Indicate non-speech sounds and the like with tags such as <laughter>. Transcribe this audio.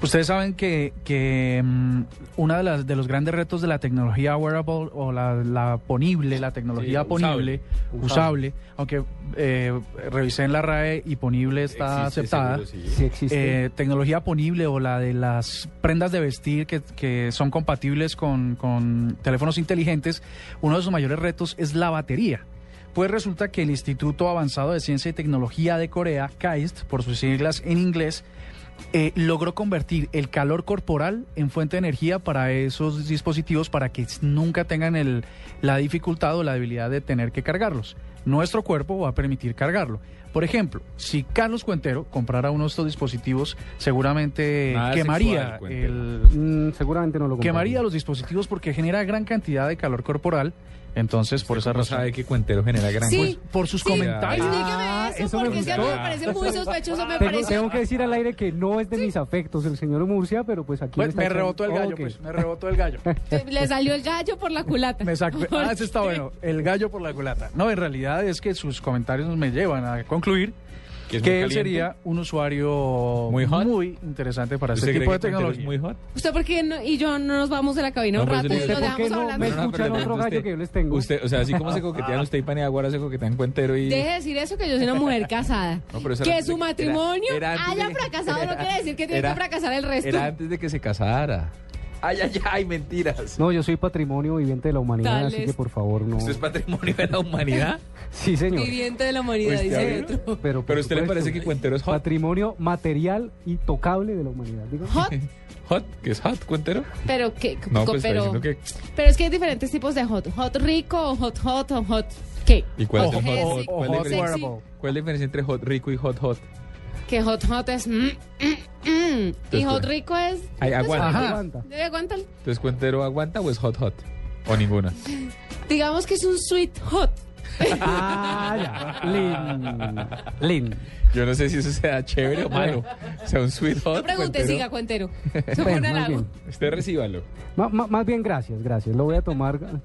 Ustedes saben que, que mm, una de las de los grandes retos de la tecnología wearable o la, la ponible, la tecnología Sí, ponible, usable, Usable. aunque eh, revisé en la RAE y ponible está Existe, aceptada. seguro, sí. Sí existe. Eh, tecnología ponible o la de las prendas de vestir que, que son compatibles con, con teléfonos inteligentes, uno de sus mayores retos es la batería. Pues resulta que el Instituto Avanzado de Ciencia y Tecnología de Corea, KAIST, por sus siglas en inglés, eh, logró convertir el calor corporal en fuente de energía para esos dispositivos para que nunca tengan el- la dificultad o la debilidad de tener que cargarlos. Nuestro cuerpo va a permitir cargarlo. Por ejemplo, si Carlos Cuentero comprara uno de estos dispositivos, seguramente Nada quemaría Ah, sexual, Cuentero. el, Mm, seguramente no lo compré. quemaría los dispositivos porque genera gran cantidad de calor corporal. Entonces, por esa ¿Cómo razón. Pues, sabe que Cuentero genera gran Sí. Por sus Sí, comentarios. Explíqueme Ah, eso, eso me porque ese a mí gustó. me parece muy sospechoso, me Tengo, parece. tengo que decir al aire que no es de mis afectos el señor Murcia, pero pues aquí... Pues, está me echando- rebotó el gallo, Ok. pues. Me rebotó el gallo. Le salió el gallo <laughs> por la culata. Me sacó- Ah, ese está bueno. El gallo por la culata. No, en realidad es que sus comentarios me llevan a concluir Que que, él es muy caliente. sería un usuario Muy hot. interesante para ¿Usted este cree tipo que de Cuentero es tecnología. muy hot? ¿Usted por qué no- y yo no nos vamos de la cabina No, pues, un por rato eso y le nos digo, ¿por qué dejamos no hablando? me No, no, escuchan pero otro usted- gallo que yo les tengo? Usted, o sea, así como se coquetean usted y Paniagua, ahora se coquetean Cuentero y... Deje de decir eso que yo soy una mujer casada. <laughs> No, pero eso era que antes de su que- matrimonio era- era antes haya de- fracasado no quiere decir que tiene era- que fracasar el resto. Era antes de que se casara. Ay, ay, ay, mentiras. No, yo soy patrimonio viviente de la humanidad, Tal así es. que por favor no... ¿Usted es patrimonio de la humanidad? Sí, señor. <laughs> Viviente de la humanidad, Pues, dice ¿te el otro. Pero, por ¿Pero a usted le supuesto. parece que Cuentero es hot? Patrimonio material y tocable de la humanidad. digo. Hot, <laughs> ¿Hot? ¿Qué es hot, Cuentero? pero que <laughs> No, pues está pero, diciendo que... pero es que hay diferentes tipos de hot. Hot rico, o hot hot o hot qué. ¿Y cuál es el Ojo, hot, ojo, hot? ¿Cuál es la ojo, diferencia? sexy. wearable. ¿Cuál es la diferencia entre hot rico y hot hot? Que hot hot es mm, mm, mm. y Entonces, hot ¿qué? rico es Ay, aguanta. Ajá. Aguanta. ¿Debe aguantar? Entonces, ¿Cuentero aguanta o es hot hot? O ninguna. Digamos que es un sweet hot. Ah, ya. Lin. Lin. Yo no sé si eso sea chévere o malo. O sea, un sweet hot. No pregunte, Cuentero. siga, cuentero. Eso fue Bueno, un muy halago. bien. Usted recíbalo. Ma- ma- más bien, gracias, gracias. Lo voy a tomar